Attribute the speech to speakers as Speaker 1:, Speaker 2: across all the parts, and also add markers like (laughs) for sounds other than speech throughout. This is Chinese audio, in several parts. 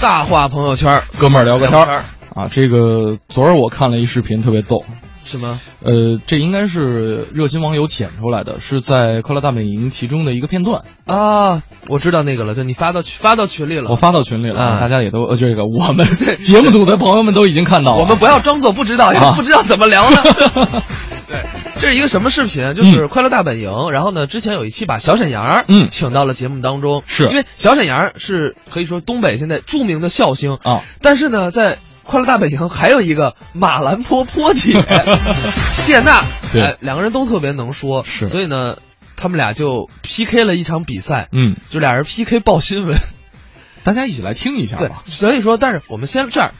Speaker 1: 大话朋友圈，
Speaker 2: 哥们儿聊个天
Speaker 1: 聊天
Speaker 2: 儿啊。这个昨儿我看了一视频，特别逗。
Speaker 1: 什么？
Speaker 2: 呃，这应该是热心网友剪出来的，是在《快乐大本营》其中的一个片段，
Speaker 1: 啊，我知道那个了，对你发到群发到群里了。
Speaker 2: 我发到群里了，
Speaker 1: 啊
Speaker 2: 大家也都呃，这个
Speaker 1: (laughs)
Speaker 2: 我们节目组的朋友们都已经看到了。
Speaker 1: 我们不要装作不知道，因为
Speaker 2: 啊
Speaker 1: 不知道怎么
Speaker 2: (laughs)
Speaker 1: 聊呢。对，这是一个什么视频？就是《快乐大本营》，然后呢，之前有一期把小沈阳儿
Speaker 2: 嗯
Speaker 1: 请到了节目当中，
Speaker 2: 是
Speaker 1: 因为小沈阳儿是可以说东北现在著名的笑星
Speaker 2: 啊，
Speaker 1: 但是呢，在《快乐大本营》还有一个马兰坡坡
Speaker 2: (laughs)
Speaker 1: 姐谢娜，
Speaker 2: 对
Speaker 1: 哎两个人都特别能说，
Speaker 2: 是
Speaker 1: 所以呢，他们俩就 PK 了一场比赛，
Speaker 2: 嗯，
Speaker 1: 就俩人 PK 报新闻。
Speaker 2: 啊大家一起来听一下
Speaker 1: 对
Speaker 2: 吧，。
Speaker 1: 所以说，但是我们先这样，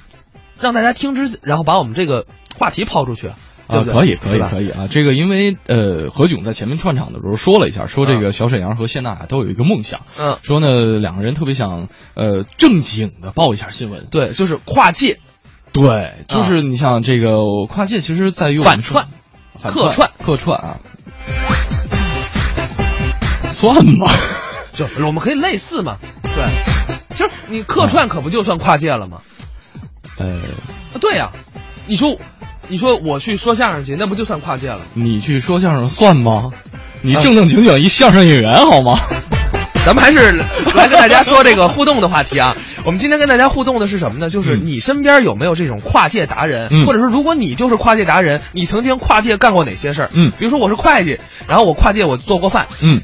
Speaker 1: 让大家听之，然后把我们这个话题抛出去，对不
Speaker 2: 啊，
Speaker 1: 对
Speaker 2: 可以，可以，可
Speaker 1: 以。
Speaker 2: 以啊！这个因为呃，何炅在前面串场的时候说了一下，说这个小沈阳和谢娜啊都有一个梦想，
Speaker 1: 嗯，
Speaker 2: 说呢两个人特别想呃正经的报一下新闻，
Speaker 1: 对，就是跨界
Speaker 2: 对，就是你像这个跨界，其实在于我们
Speaker 1: 反串
Speaker 2: 反
Speaker 1: 客串、
Speaker 2: 客串啊，
Speaker 1: (laughs)
Speaker 2: 算吧，
Speaker 1: 就我们可以类似嘛，对，就是你
Speaker 2: 啊
Speaker 1: 客串可不就算跨界了吗？
Speaker 2: 呃，
Speaker 1: 啊，对呀、你说，你说我去说相声去，那不就算跨界了？
Speaker 2: 你去说相声算吗？你正正经经一相声演员好吗？
Speaker 1: 咱们还
Speaker 2: (laughs)
Speaker 1: 是来跟大家说这个互动的话题啊。我们今天跟大家互动的是什么呢？就是
Speaker 2: 嗯
Speaker 1: 你身边有没有这种跨界达人，
Speaker 2: 嗯
Speaker 1: 或者说如果你就是跨界达人，你曾经跨界干过哪些事儿？
Speaker 2: 嗯
Speaker 1: 比如说我是会计，然后我跨界我做过饭。
Speaker 2: 嗯，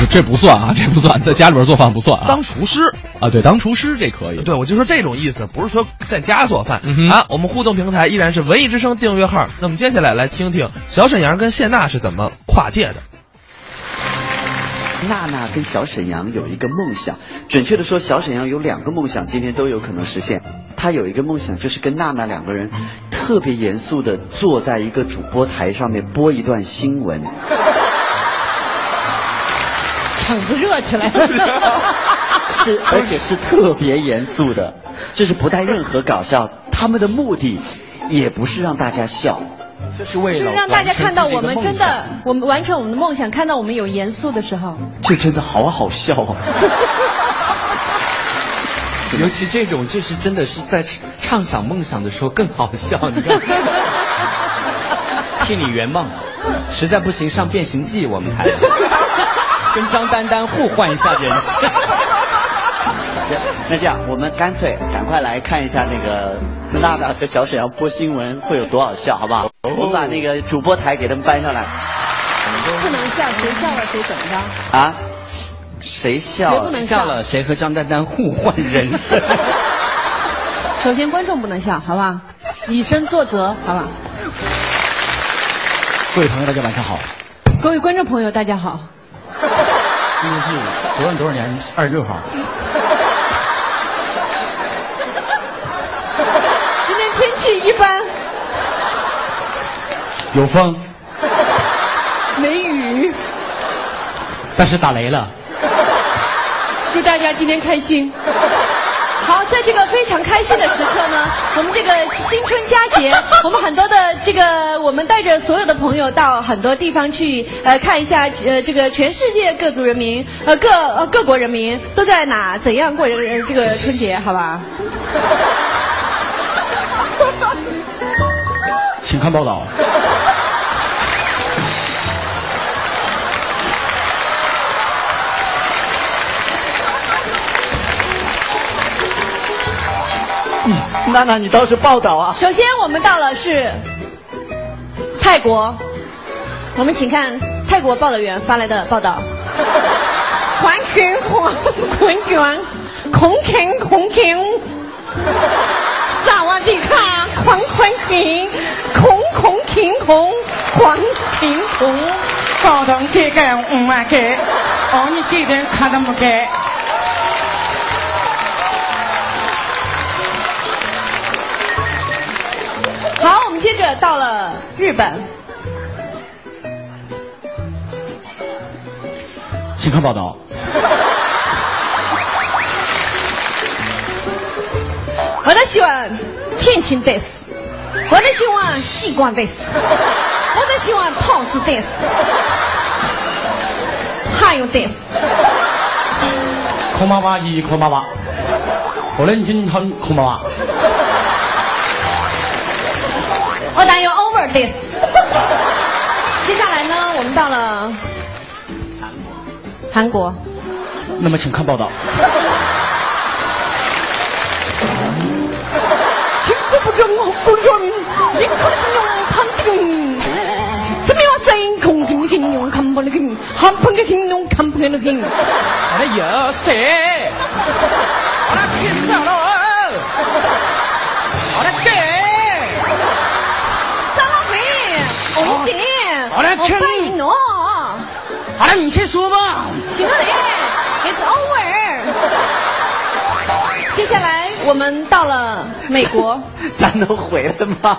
Speaker 2: 这这不算啊，这不算，在家里边做饭不算啊。
Speaker 1: 当厨师，
Speaker 2: 啊，对，当厨师这可以。
Speaker 1: 对我就说这种意思，不是说在家做饭、
Speaker 2: 嗯哼
Speaker 1: 啊。我们互动平台依然是文艺之声订阅号。那么接下来来听听小沈阳跟谢娜是怎么跨界的。
Speaker 3: 娜娜跟小沈阳有一个梦想，准确的说，小沈阳有两个梦想，今天都有可能实现。他有一个梦想，就是跟娜娜两个人特别严肃的坐在一个主播台上面播一段新闻。
Speaker 4: 嗓子热起来了。
Speaker 3: (laughs) 是，而且是特别严肃的，就是不带任何搞笑。他们的目的也不是让大家笑，这是为
Speaker 4: 就是让大家看到我们真的，我们完成我们的梦想，看到我们有严肃的时候。
Speaker 3: 这真的好好笑 (laughs) 啊！
Speaker 5: 尤其这种就是真的是在畅想梦想的时候更好
Speaker 3: (laughs)
Speaker 5: 笑，你知道吗？替你圆梦，
Speaker 3: 嗯
Speaker 5: 实在不行上《变形记》我们台，
Speaker 3: (laughs)
Speaker 5: 跟张丹丹互换一下人设。
Speaker 3: 那这样，我们干脆赶快来看一下那个娜娜和小沈阳播新闻会有多好笑，好不好？
Speaker 5: 哦
Speaker 3: 我们把那个主播台给他们搬上来
Speaker 4: 不能笑，谁笑了谁怎么着？
Speaker 3: 啊！谁笑
Speaker 4: 绝不能
Speaker 3: 了？
Speaker 5: 笑了，谁和张丹丹互换人
Speaker 6: (laughs)
Speaker 5: 设？
Speaker 4: (laughs) 首先观众不能笑，好不好？以身作则，好不好？
Speaker 5: 各位朋友，大家晚上好。
Speaker 4: 各位观众朋友，大家好。
Speaker 5: 今天是多少多少年二十六号，
Speaker 4: 今天天气一般，
Speaker 5: 有风，
Speaker 4: 没雨，
Speaker 5: 但是打雷了。
Speaker 4: 祝大家今天开心。好，在这个非常开心的时刻呢，我们这个新春佳节，我们很多的这个，我们带着所有的朋友到很多地方去，呃，看一下，呃，这个全世界各族人民，呃，各呃各国人民都在哪怎样过这个呃这个春节，好吧？
Speaker 5: 请看报道。
Speaker 3: 娜娜，你倒是报道啊！
Speaker 4: 首先我们到了是泰国，我们请看泰国报道员发来的报 (laughs) 道。环球环环球孔肯孔肯，萨瓦迪卡狂欢节，孔孔肯孔狂肯孔。
Speaker 7: 报道这个五万个，哦，你这人看得没给。
Speaker 4: 好，我们接着到了日本。
Speaker 5: 请看报道。
Speaker 4: 我的喜欢天晴 d 我的喜欢西瓜 d 我的喜欢桃子 d 还有 d
Speaker 6: こんばんは、いい、こんばんは。オレンジンハン、こんばんは。
Speaker 4: 我打 you over this。接下来呢，我们到了韩国。
Speaker 6: 那么，请看报道。
Speaker 7: 请不不中好不中，你可不用看中。怎么样？真空听听用看不听，看不听用看不听。
Speaker 6: 哎呀，谁？我来骗上了，我来给，
Speaker 4: 张老妹，我点，
Speaker 6: 我来
Speaker 4: 我
Speaker 6: 听
Speaker 4: 拜你哦诺，
Speaker 6: 好了，你先说
Speaker 3: (laughs)
Speaker 6: 吧。
Speaker 4: 行了嘞，it's over。接下来我们到了美国，
Speaker 3: 咱能回来吗？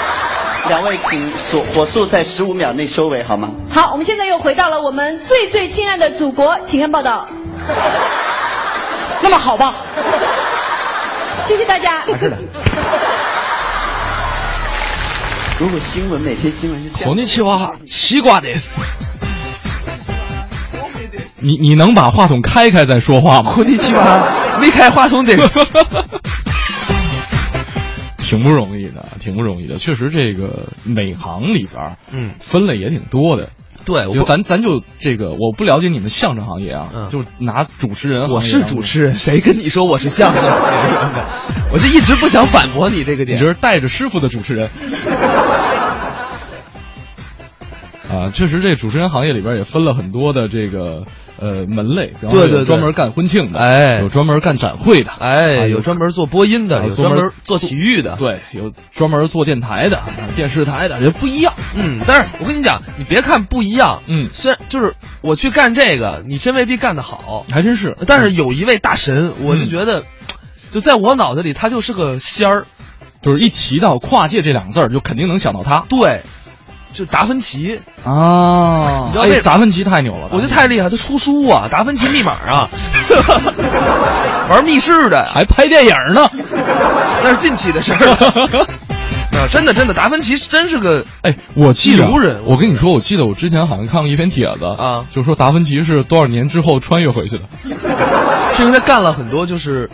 Speaker 6: (laughs)
Speaker 3: 两位，请所火速在十五秒内收尾好吗？
Speaker 4: 好，我们现在又回到了我们最最亲爱的祖国，请看报道，
Speaker 6: 那么好吧，
Speaker 4: 谢谢大家。
Speaker 3: 如果新闻每天新闻是这
Speaker 2: 口
Speaker 3: 样，
Speaker 2: 尼奇娃，西瓜的。你你能把话筒开开再说话吗？
Speaker 1: 我的起码离开话筒得。
Speaker 2: (laughs) 挺不容易的，挺不容易的。确实，这个美行里边儿
Speaker 1: 嗯
Speaker 2: 分类也挺多的。
Speaker 1: 对，
Speaker 2: 就
Speaker 1: 我
Speaker 2: 咱咱就这个，我不了解你们相声行业啊，
Speaker 1: 嗯
Speaker 2: 就拿主持人行业
Speaker 1: 我是
Speaker 2: 当中
Speaker 1: 主持人，谁跟你说我是相 (laughs) 声演员的？我就一直不想反驳你这个
Speaker 2: 你
Speaker 1: 点
Speaker 2: 这。是带着师傅的主持
Speaker 1: (laughs)
Speaker 2: 人。啊，确实，这主持人行业里边也分了很多的这个呃门类，然后
Speaker 1: 对对对
Speaker 2: 有专门干婚庆的，
Speaker 1: 哎
Speaker 2: 有专门干展会的，
Speaker 1: 哎，
Speaker 2: 啊
Speaker 1: 有专门做播音的，
Speaker 2: 啊
Speaker 1: 有
Speaker 2: 专
Speaker 1: 专
Speaker 2: 门
Speaker 1: 门做体育的。
Speaker 2: 对，有专门做电台的、啊电视台的，这不一样。
Speaker 1: 嗯，但是我跟你讲，你别看不一样，
Speaker 2: 嗯
Speaker 1: 虽然就是我去干这个，你真未必干得好，
Speaker 2: 还真是，
Speaker 1: 但是有一位大神，我就
Speaker 2: 嗯
Speaker 1: 觉得，就在我脑子里他就是个仙儿，
Speaker 2: 就是一提到跨界这两个字儿，就肯定能想到他
Speaker 1: 对，就达芬奇，
Speaker 2: 啊
Speaker 1: 你知道为
Speaker 2: 哎，达芬奇太牛了，
Speaker 1: 我觉得太厉害，他出书
Speaker 2: (laughs)
Speaker 1: 啊，达芬奇密码啊， (laughs) 玩密室的，
Speaker 2: 还拍电影呢。
Speaker 1: 那是近期的事儿
Speaker 2: (laughs)
Speaker 1: 了。啊，真的真的，达芬奇真是个
Speaker 2: 哎，我记得
Speaker 1: 牛人
Speaker 2: 我跟你说，我记得我之前好像看过一篇帖子
Speaker 1: 啊
Speaker 2: 就说达芬奇是多少年之后穿越回去的，
Speaker 1: 是因为他干了很多，就是，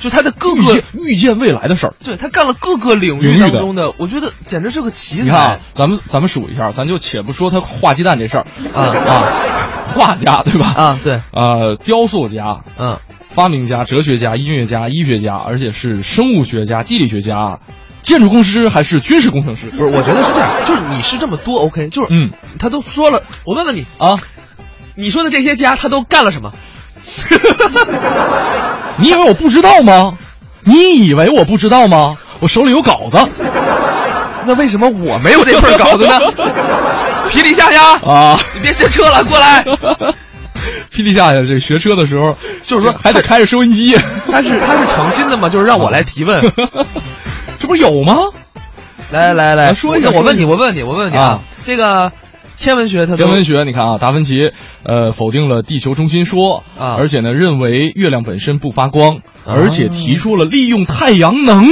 Speaker 1: 就他的各
Speaker 2: 预
Speaker 1: 个
Speaker 2: 见，预见未来的事儿。
Speaker 1: 对他干了各个领
Speaker 2: 领域
Speaker 1: 域当
Speaker 2: 的
Speaker 1: 中的，我觉得简直是个奇
Speaker 2: 你看啊
Speaker 1: 才，
Speaker 2: 咱们咱们数一下，咱就且不说他画鸡蛋这事儿
Speaker 1: 啊
Speaker 2: 啊，画家对吧？
Speaker 1: 啊！对，
Speaker 2: 呃，雕塑家、
Speaker 1: 嗯，
Speaker 2: 发明家、哲学家、音乐家、医学家，而且是生物学家、地理学家、建筑工程师，还是军事工程师？
Speaker 1: 不是，我觉得是这样，就是你是这么多 OK，就是
Speaker 2: 嗯，
Speaker 1: 他都说了，我问问你，
Speaker 2: 啊，
Speaker 1: 你说的这些家他都干了什
Speaker 2: (laughs)
Speaker 1: 么？
Speaker 2: 你以为我不知道吗？你以为我不知道吗？我手里有稿子
Speaker 1: 那为什么我没有这份稿子呢？
Speaker 2: (laughs)
Speaker 1: 皮里下下，
Speaker 2: 啊。
Speaker 1: 你别学车了，过来。
Speaker 2: 霹雳下下这学车的时候，就是说还得开着收音 (laughs) 机，
Speaker 1: 他是他是诚心的吗？就是让我来提
Speaker 2: (laughs)
Speaker 1: 问。
Speaker 2: 这不是有吗？
Speaker 1: 来来来，
Speaker 2: 啊说一下
Speaker 1: 那我
Speaker 2: 说一
Speaker 1: 问你，我问你，我问你
Speaker 2: 啊
Speaker 1: 啊，这个天文学它都
Speaker 2: 天文学，你看啊，达芬奇，呃，否定了地球中心说
Speaker 1: 啊
Speaker 2: 而且呢，认为月亮本身不发光，而且提出了利用太阳能，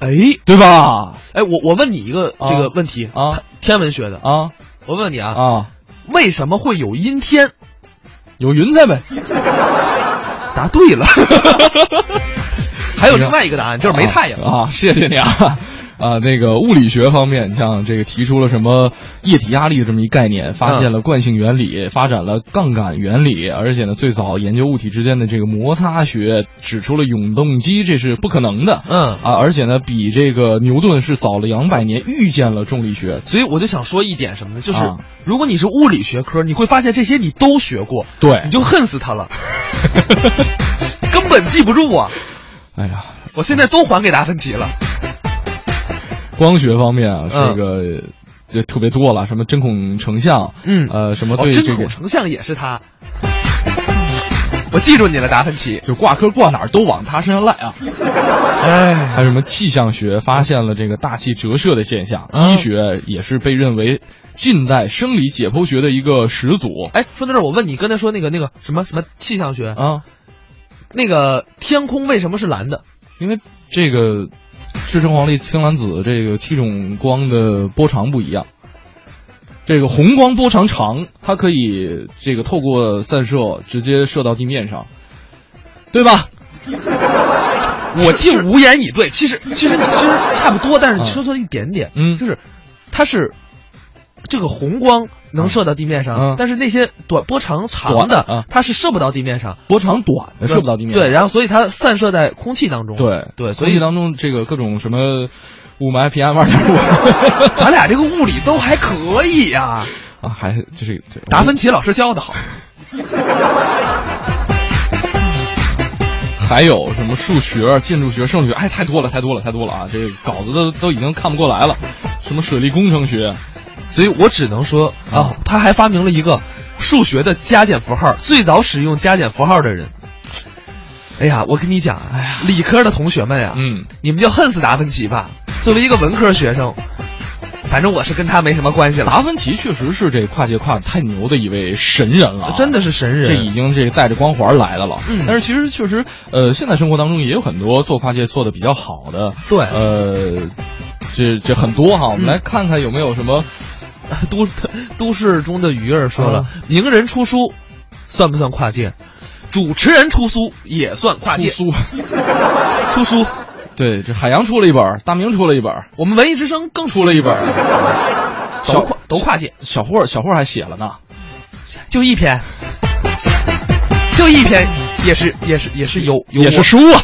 Speaker 1: 哎
Speaker 2: 对吧？
Speaker 1: 哎，我我问你一个
Speaker 2: 啊
Speaker 1: 这个问题
Speaker 2: 啊，
Speaker 1: 天文学的，
Speaker 2: 啊
Speaker 1: 我问你啊，
Speaker 2: 啊，
Speaker 1: 为什么会有阴天？
Speaker 2: 有云彩呗，
Speaker 1: 答对
Speaker 2: (laughs)
Speaker 1: 了。 (laughs) 还有另外一个答案就是没太阳。
Speaker 2: 啊啊谢谢你啊。啊，那个物理学方面，你像这个提出了什么液体压力的这么一概念，发
Speaker 1: 嗯
Speaker 2: 现了惯性原理，发展了杠杆原理，而且呢，最早研究物体之间的这个摩擦学，指出了永动机这是不可能的。
Speaker 1: 嗯
Speaker 2: 啊，而且呢，比这个牛顿是早了两百年，遇见了重力学。
Speaker 1: 所以我就想说一点什么呢？就是
Speaker 2: 啊
Speaker 1: 如果你是物理学科，你会发现这些你都学过，
Speaker 2: 对
Speaker 1: 你就恨死
Speaker 2: (laughs)
Speaker 1: 他了，根本记不住啊！
Speaker 2: 哎呀，
Speaker 1: 我现在都还给达芬奇了。
Speaker 2: 光学方面啊，
Speaker 1: 嗯
Speaker 2: 这个也特别多了，什么针孔成像，
Speaker 1: 嗯
Speaker 2: 呃，什么
Speaker 1: 哦，
Speaker 2: 对这
Speaker 1: 针
Speaker 2: 个、
Speaker 1: 孔成像也是他。我记住你了，达芬奇。
Speaker 2: 就挂科挂哪儿都往他身上赖啊。
Speaker 1: 哎，
Speaker 2: 还有什么气象学发现了这个大气折射的现象，
Speaker 1: 啊
Speaker 2: 医学也是被认为近代生理解剖学的一个始祖
Speaker 1: 哎，说到这儿，我问你，刚才说那个那个什么什么气象学，
Speaker 2: 啊，
Speaker 1: 那个天空为什么是蓝的？
Speaker 2: 因为这个赤橙黄绿青蓝紫这个七种光的波长不一样，这个红光波长长，它可以这个透过散射直接射到地面上，对吧？
Speaker 1: 我竟无言以对。其实，其实你其实差不多，但是说错了一点点。
Speaker 2: 嗯
Speaker 1: 就是它是这个红光能射到地面上，
Speaker 2: 嗯
Speaker 1: 但是那些短波长长
Speaker 2: 短
Speaker 1: 的，
Speaker 2: 的啊
Speaker 1: 它是射不到地面上，
Speaker 2: 波长短的射不到地面上。
Speaker 1: 对，然后所以它散射在空气当中。
Speaker 2: 对
Speaker 1: 对，所
Speaker 2: 所以
Speaker 1: 以
Speaker 2: 当中这个各种什么雾霾 PM 二点五，
Speaker 1: (laughs) 咱俩这个物理都还可以呀、
Speaker 2: (laughs) 啊，还就是这
Speaker 1: 达芬奇老师教的好。
Speaker 2: 还有什么数学、建筑学、生物学，哎，太多了，太多了，太多了啊！这个稿子都都已经看不过来了，什么水利工程学，
Speaker 1: 所以我只能说
Speaker 2: 嗯
Speaker 1: 啊，他还发明了一个数学的加减符号，最早使用加减符号的人。哎呀，我跟你讲，哎呀，理科的同学们呀，
Speaker 2: 嗯，
Speaker 1: 你们就恨死达芬奇吧。作为一个文科学生，反正我是跟他没什么关系了，
Speaker 2: 达芬奇确实是这跨界跨得太牛的一位神人了啊，
Speaker 1: 真的是神人。
Speaker 2: 这已经这带着光环来的了。
Speaker 1: 嗯
Speaker 2: 但是其实确实，呃，现在生活当中也有很多做跨界做的比较好的，
Speaker 1: 对
Speaker 2: 呃，这这很多哈，我们来看看有没有什么， (laughs)
Speaker 1: 都都市中的鱼儿说了，嗯名人出书算不算跨界？主持人出书也算跨界。
Speaker 2: 出书
Speaker 1: 出书，
Speaker 2: (laughs) 对，这海洋出了一本，大明出了一本，
Speaker 1: 我们文艺之声更
Speaker 2: 出了一本，
Speaker 1: (laughs) 都
Speaker 2: 小
Speaker 1: 跨都跨界，
Speaker 2: 小霍小霍还写了呢，
Speaker 1: 就一篇，就一篇，也是也是也是有有
Speaker 2: 也是
Speaker 1: 我
Speaker 2: 书啊。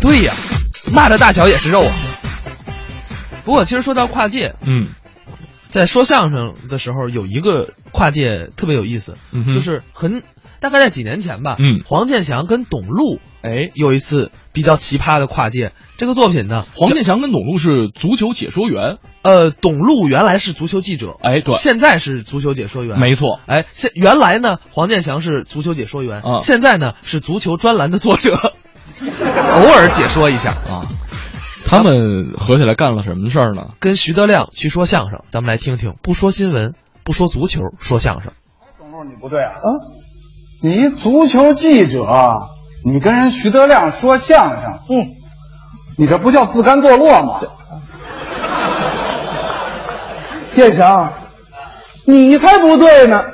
Speaker 1: 对呀、蚂蚱大小也是肉啊。不过其实说到跨界，
Speaker 2: 嗯
Speaker 1: 在说相声的时候，有一个跨界特别有意思，
Speaker 2: 嗯哼
Speaker 1: 就是很大概在几年前吧，
Speaker 2: 嗯
Speaker 1: 黄健翔跟董路
Speaker 2: 哎，
Speaker 1: 有一次比较奇葩的跨界。这个作品呢，
Speaker 2: 黄健翔跟董路是足球解说员，
Speaker 1: 呃，董路原来是足球记者，
Speaker 2: 哎，对，
Speaker 1: 现在是足球解说员，
Speaker 2: 没错，
Speaker 1: 哎，现原来呢，黄健翔是足球解说员，
Speaker 2: 啊
Speaker 1: 现在呢是足球专栏的作者，偶尔解说一下。
Speaker 2: 啊，他们合起来干了什么事儿呢？
Speaker 1: 跟徐德亮去说相声，咱们来听听，不说新闻，不说足球，说相声。
Speaker 8: 董路，你不对啊！啊，你一足球记者，你跟人徐德亮说相声，嗯，你这不叫自甘堕落吗？
Speaker 9: (laughs) 建翔，你才不对呢！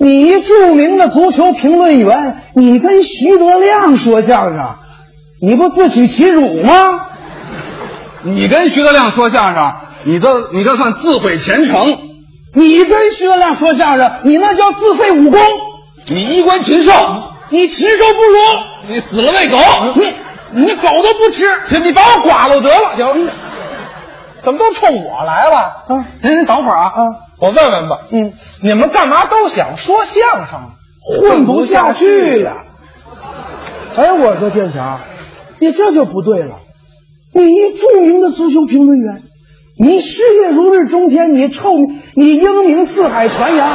Speaker 9: 你一著名的足球评论员，你跟徐德亮说相声，你不自取其辱吗？
Speaker 8: 你跟徐德亮说相声，你这你这算自毁前程，
Speaker 9: 你跟徐德亮说相声，你那叫自废武功，
Speaker 8: 你衣冠禽兽，
Speaker 9: 你禽兽不
Speaker 8: 你死了喂狗，
Speaker 9: 如，你你狗都不吃，你把我剐了得了，行？怎么都冲我来了？嗯，您等会儿啊，嗯，我问问吧，嗯，你们干嘛都想说相声？混不下去了。哎，我说建强，你这就不对了。你一著名的足球评论员，你事业如日中天，你臭名，你英名四海传扬，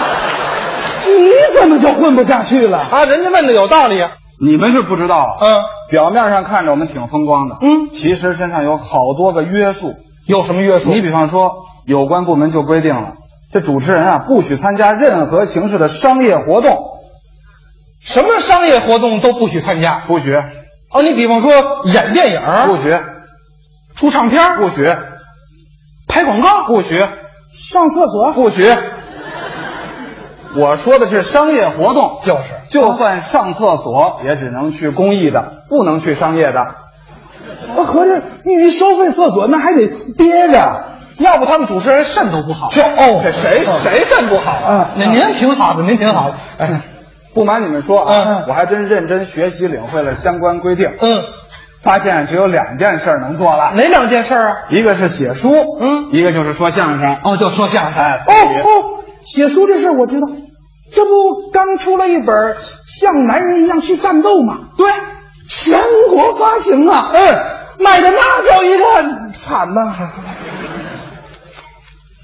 Speaker 9: 你怎么就混不下去了？啊，人家问的有道理。
Speaker 8: 你们是不知道啊。
Speaker 9: 嗯，
Speaker 8: 表面上看着我们挺风光的，
Speaker 9: 嗯
Speaker 8: 其实身上有好多个约束。
Speaker 9: 有什么约
Speaker 8: 你比方说，有关部门就规定了，这主持人啊不许参加任何形式的商业活动，
Speaker 9: 什么商业活动都不许参加。
Speaker 8: 不许，
Speaker 9: 哦，你比方说演电影儿
Speaker 8: 不许，
Speaker 9: 出唱片儿
Speaker 8: 不许，
Speaker 9: 拍广告、
Speaker 8: 不许，
Speaker 9: 上厕所，
Speaker 8: 不许。我说的是商业活动，
Speaker 9: 就是
Speaker 8: 就算上厕所也只能去公益的，不能去商业的。
Speaker 9: 我合着你收费厕所那还得憋着，要不他们主持人肾都不好。
Speaker 8: 这哦，这谁谁肾不好
Speaker 9: 啊，那您挺好的，您挺好的。哎，
Speaker 8: 不瞒你们说
Speaker 9: 嗯
Speaker 8: 啊
Speaker 9: 嗯，
Speaker 8: 我还真认真学习领会了相关规定，
Speaker 9: 嗯，
Speaker 8: 发现只有两件事儿能做了，
Speaker 9: 哪两件事儿啊？
Speaker 8: 一个是写书，
Speaker 9: 嗯
Speaker 8: 一个就是说相声。
Speaker 9: 哦，就说相
Speaker 8: 哎
Speaker 9: 哦哦，写书这事儿我知道，这不刚出了一本《像男人一样去战斗》吗？对，全国发行啊。嗯，买的那叫一个惨呐、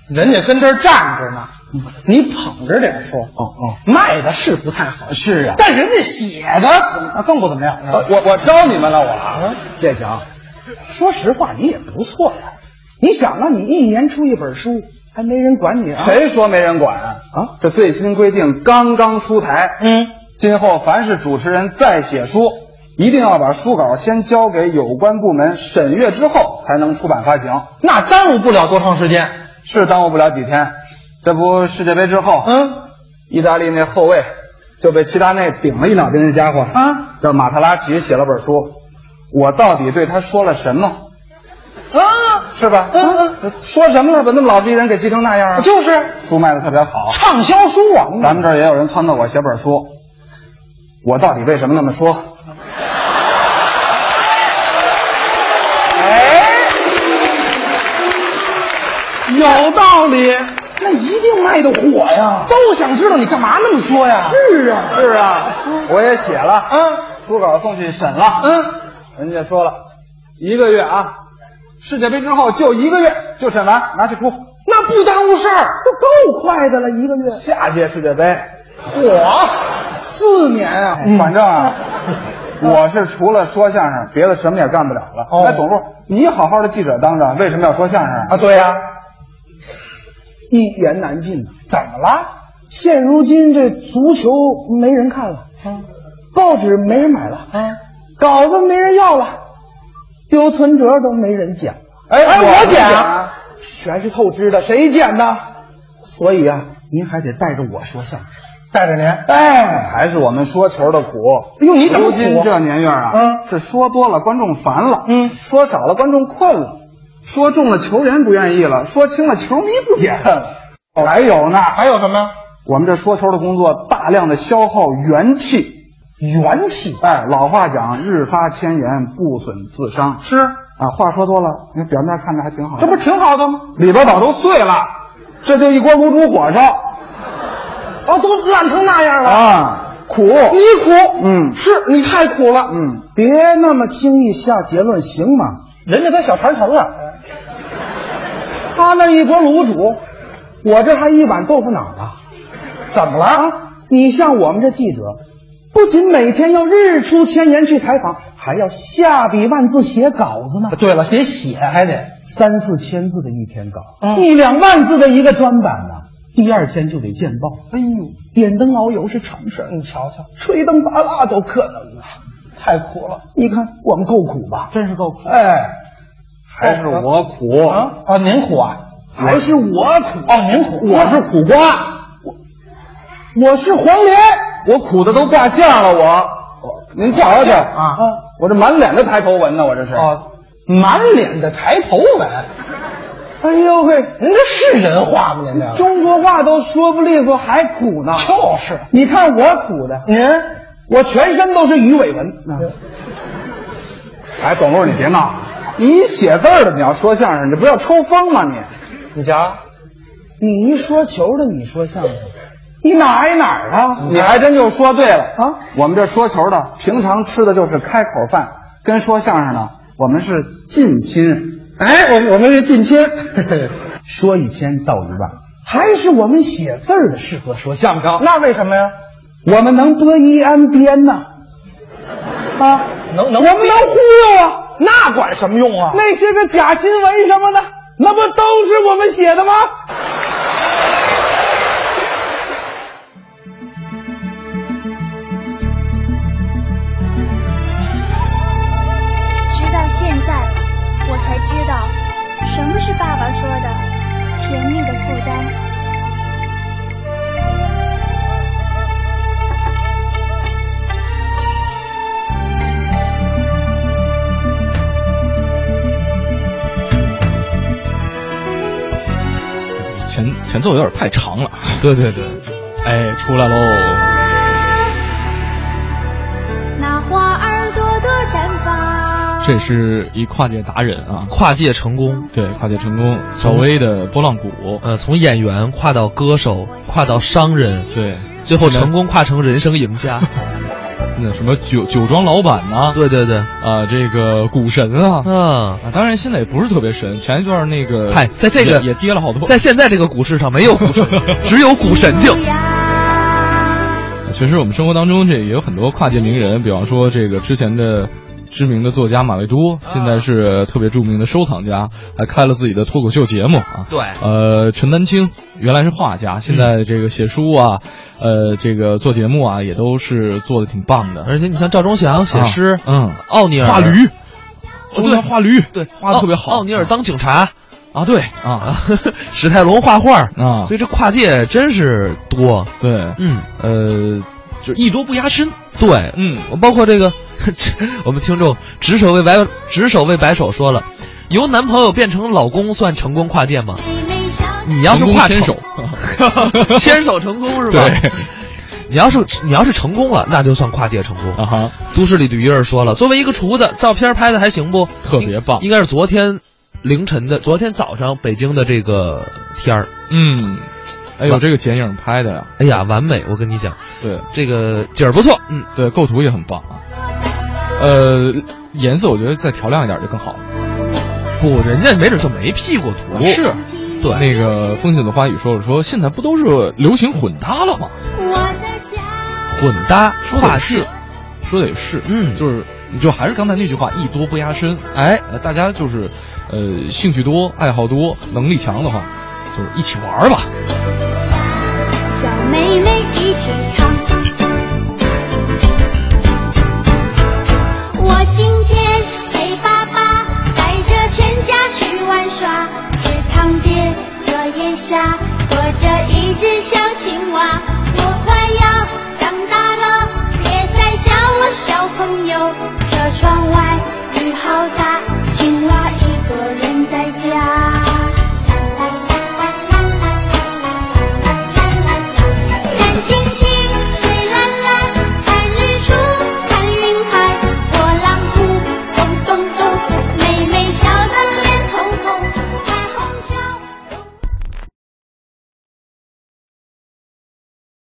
Speaker 9: 人家跟这儿站着呢，你捧着点说。哦哦，卖的是不太好，是啊，呃但人家写的那更不怎么样。
Speaker 8: 呃我我招你们了，我啊，
Speaker 9: 嗯
Speaker 8: 谢谢啊。
Speaker 9: 说实话，你也不错呀。你想啊，你一年出一本书，还没人管你啊？
Speaker 8: 谁说没人管啊？
Speaker 9: 啊
Speaker 8: 这最新规定刚刚出台，
Speaker 9: 嗯，
Speaker 8: 今后凡是主持人再写书，一定要把书稿先交给有关部门审阅之后，才能出版发行。
Speaker 9: 那耽误不了多长时间。
Speaker 8: 是耽误不了几天，这不世界杯之后，嗯，
Speaker 9: 啊
Speaker 8: 意大利那后卫就被齐达内顶了一脑袋，那家伙
Speaker 9: 嗯
Speaker 8: 啊，叫马特拉齐写了本书，我到底对他说了什么？啊，是吧？嗯嗯，说什么了？把那么老实一人给急成那样啊！就是书卖的特别好，畅销书啊！咱们这儿也有人撺掇我写本书，我到底为什么那么说？
Speaker 9: 哎有道理，那一定卖的火呀！都想知道你干嘛那么说呀？是啊，
Speaker 8: 是啊，我也写了，嗯，书稿送去审了，嗯，人家说了，一个月啊，世界杯之后就一个月就审完，拿去出，
Speaker 9: 那不耽误事儿，这够快的了，一个月
Speaker 8: 下届世界杯，
Speaker 9: 火四年啊！
Speaker 8: 哎反正啊。我是除了说相声，别的什么也干不了了。
Speaker 9: 哦
Speaker 8: 哎，董路，你好好的记者当着，为什么要说相声
Speaker 9: 啊，？对呀、一言难尽呐。怎么了？现如今这足球没人看了，啊，报纸没人买了，啊，稿子没人要了，丢存折都没人捡了。
Speaker 8: 哎我
Speaker 9: 我捡
Speaker 8: 捡
Speaker 9: 啊，全是透支的，谁捡的？所以啊，您还得带着我说相声，带着您。哎，
Speaker 8: 还是我们说球的苦。
Speaker 9: 哎呦你怎么苦
Speaker 8: 如今这年月啊，
Speaker 9: 嗯
Speaker 8: 是说多了观众烦了，
Speaker 9: 嗯
Speaker 8: 说少了观众困了，说重了球员不愿意了，说轻了球迷不解恨了。
Speaker 9: 哦
Speaker 8: 还有呢，
Speaker 9: 还有什么？
Speaker 8: 我们这说球的工作大量的消耗元气。
Speaker 9: 元气
Speaker 8: 哎，老话讲，日发千言，不损自伤。
Speaker 9: 是，
Speaker 8: 啊，话说多了，那表面看着还挺好
Speaker 9: 这
Speaker 8: 的，
Speaker 9: 不挺好的吗？
Speaker 8: 里边早都碎了，这就一锅卤煮火烧
Speaker 9: 哦，都烂成那样了。
Speaker 8: 啊，苦。
Speaker 9: 你苦，
Speaker 8: 嗯
Speaker 9: 是你太苦了，
Speaker 8: 嗯，
Speaker 9: 别那么轻易下结论，行吗？人家跟小馋虫啊，他那一锅卤煮，我这还一碗豆腐脑呢，怎么了？啊，你像我们这记者，不仅每天要日出千言去采访，还要下笔万字写稿子呢。对了，写写还得三四千字的一篇稿，一两万字的一个专版呢。第二天就得见报，哎呦，点灯熬油是常事你瞧瞧，吹灯拔蜡都可能啊，太苦了。你看我们够苦吧？真是够苦。哎，
Speaker 8: 还是我苦
Speaker 9: 啊啊，您苦啊，还是我苦哦，您苦，
Speaker 8: 我是苦瓜，
Speaker 9: 我是黄连
Speaker 8: 我苦的都挂相了，我。您瞧瞧
Speaker 9: 哦啊啊，
Speaker 8: 我这满脸的抬头纹呢，我这是。
Speaker 9: 哦，满脸的抬头纹。哎呦喂，您这是人话吗？您这中国话都说不利索，还苦呢？就是，你看我苦的，您我全身都是鱼尾纹。
Speaker 8: 哎，董路，你别闹，你写字儿的，你要说相声，你不要抽风吗？你
Speaker 9: 你瞧，你一说球的，你说相声，你哪挨哪儿啊？
Speaker 8: 你还真就说对了
Speaker 9: 啊！
Speaker 8: 我们这说球的，平常吃的就是开口饭，跟说相声的，我们是近亲。
Speaker 9: 哎，我我们是近 (laughs) 亲，说一千道一万，还是我们写字儿的适合说相声。那为什么呀？我们能播一安编呐，啊，能能，我们能忽悠啊，那管什么用啊？那些个假新闻什么的，那不都是我们写的吗？
Speaker 10: 直到现在，我才知道什么是爸爸说的甜蜜的负担。
Speaker 2: 前前奏有点太长了。 (laughs) 对对对，哎，出来喽！
Speaker 10: 那花儿朵朵绽放。
Speaker 2: 这是一跨界达人啊，
Speaker 1: 跨界成功，
Speaker 2: 对，跨界成功，赵薇的波浪鼓，
Speaker 1: 呃，从演员跨到歌手，跨到商人，
Speaker 2: 对，
Speaker 1: 最后成功跨成人生赢
Speaker 2: (laughs)
Speaker 1: 家。
Speaker 2: 那什么酒酒庄老板呐、
Speaker 1: 对对对，
Speaker 2: 啊，这个股神啊。
Speaker 1: 嗯，
Speaker 2: 啊，当然现在也不是特别神，前一段那个，
Speaker 1: 嗨，在这个
Speaker 2: 也也跌了好多。
Speaker 1: 在现在这个股市上没有股
Speaker 2: (laughs)
Speaker 1: 神，只有股神经。
Speaker 2: 其实我们生活当中这也有很多跨界名人，比方说这个之前的知名的作家马未都，现在是特别著名的收藏家，还开了自己的脱口秀节目啊。
Speaker 1: 对
Speaker 2: 呃，陈丹青原来是画家，现在
Speaker 1: 嗯
Speaker 2: 这个写书啊，呃，这个做节目啊，也都是做的挺棒的。
Speaker 1: 而且你像赵忠祥写诗，
Speaker 2: 啊嗯
Speaker 1: 奥尼尔
Speaker 2: 画驴，
Speaker 1: 哦
Speaker 2: 画驴，
Speaker 1: 对，
Speaker 2: 画的特别好。嗯
Speaker 1: 奥尼尔当警察，啊，对啊， (laughs) 史泰龙画画啊，所以这跨界真是多。
Speaker 2: 对，
Speaker 1: 嗯，
Speaker 2: 呃，就是艺多不压身。
Speaker 1: 对，
Speaker 2: 嗯，
Speaker 1: 包括这个， (laughs) 我们听众执手为白执手为白手说了，由男朋友变成老公算成功跨界吗？你要是跨
Speaker 2: 成功
Speaker 1: 手， (laughs) 牵手成功是吧？
Speaker 2: 对。
Speaker 1: 你要是你要是成功了，那就算跨界成功
Speaker 2: 啊哈！
Speaker 1: 都市里的鱼儿说了，作为一个厨子，照片拍的还行不？
Speaker 2: 特别棒，
Speaker 1: 应该是昨天凌晨的，昨天早上北京的这个天儿，
Speaker 2: 嗯，哎呦，这个剪影拍的呀，
Speaker 1: 哎呀，完美！我跟你讲，
Speaker 2: 对，
Speaker 1: 这个景儿不错，嗯，
Speaker 2: 对，构图也很棒啊。呃，颜色我觉得再调亮一点就更好了。
Speaker 1: 不，人家没准就没 P 过图，
Speaker 2: 是，
Speaker 1: 对。
Speaker 2: 那个风景的花语说了说，现在不都是流行混搭了吗？
Speaker 1: 混搭
Speaker 2: 说
Speaker 1: 跨
Speaker 2: 的
Speaker 1: 界
Speaker 2: 是，，说的也是，
Speaker 1: 嗯
Speaker 2: 就是你就还是刚才那句话，艺多不压身，
Speaker 1: 哎
Speaker 2: 呃大家就是，呃，兴趣多，爱好多，能力强的话，就是一起玩儿吧。
Speaker 10: 小妹妹一起唱。我今天陪爸爸带着全家去玩耍，池塘边，荷叶下，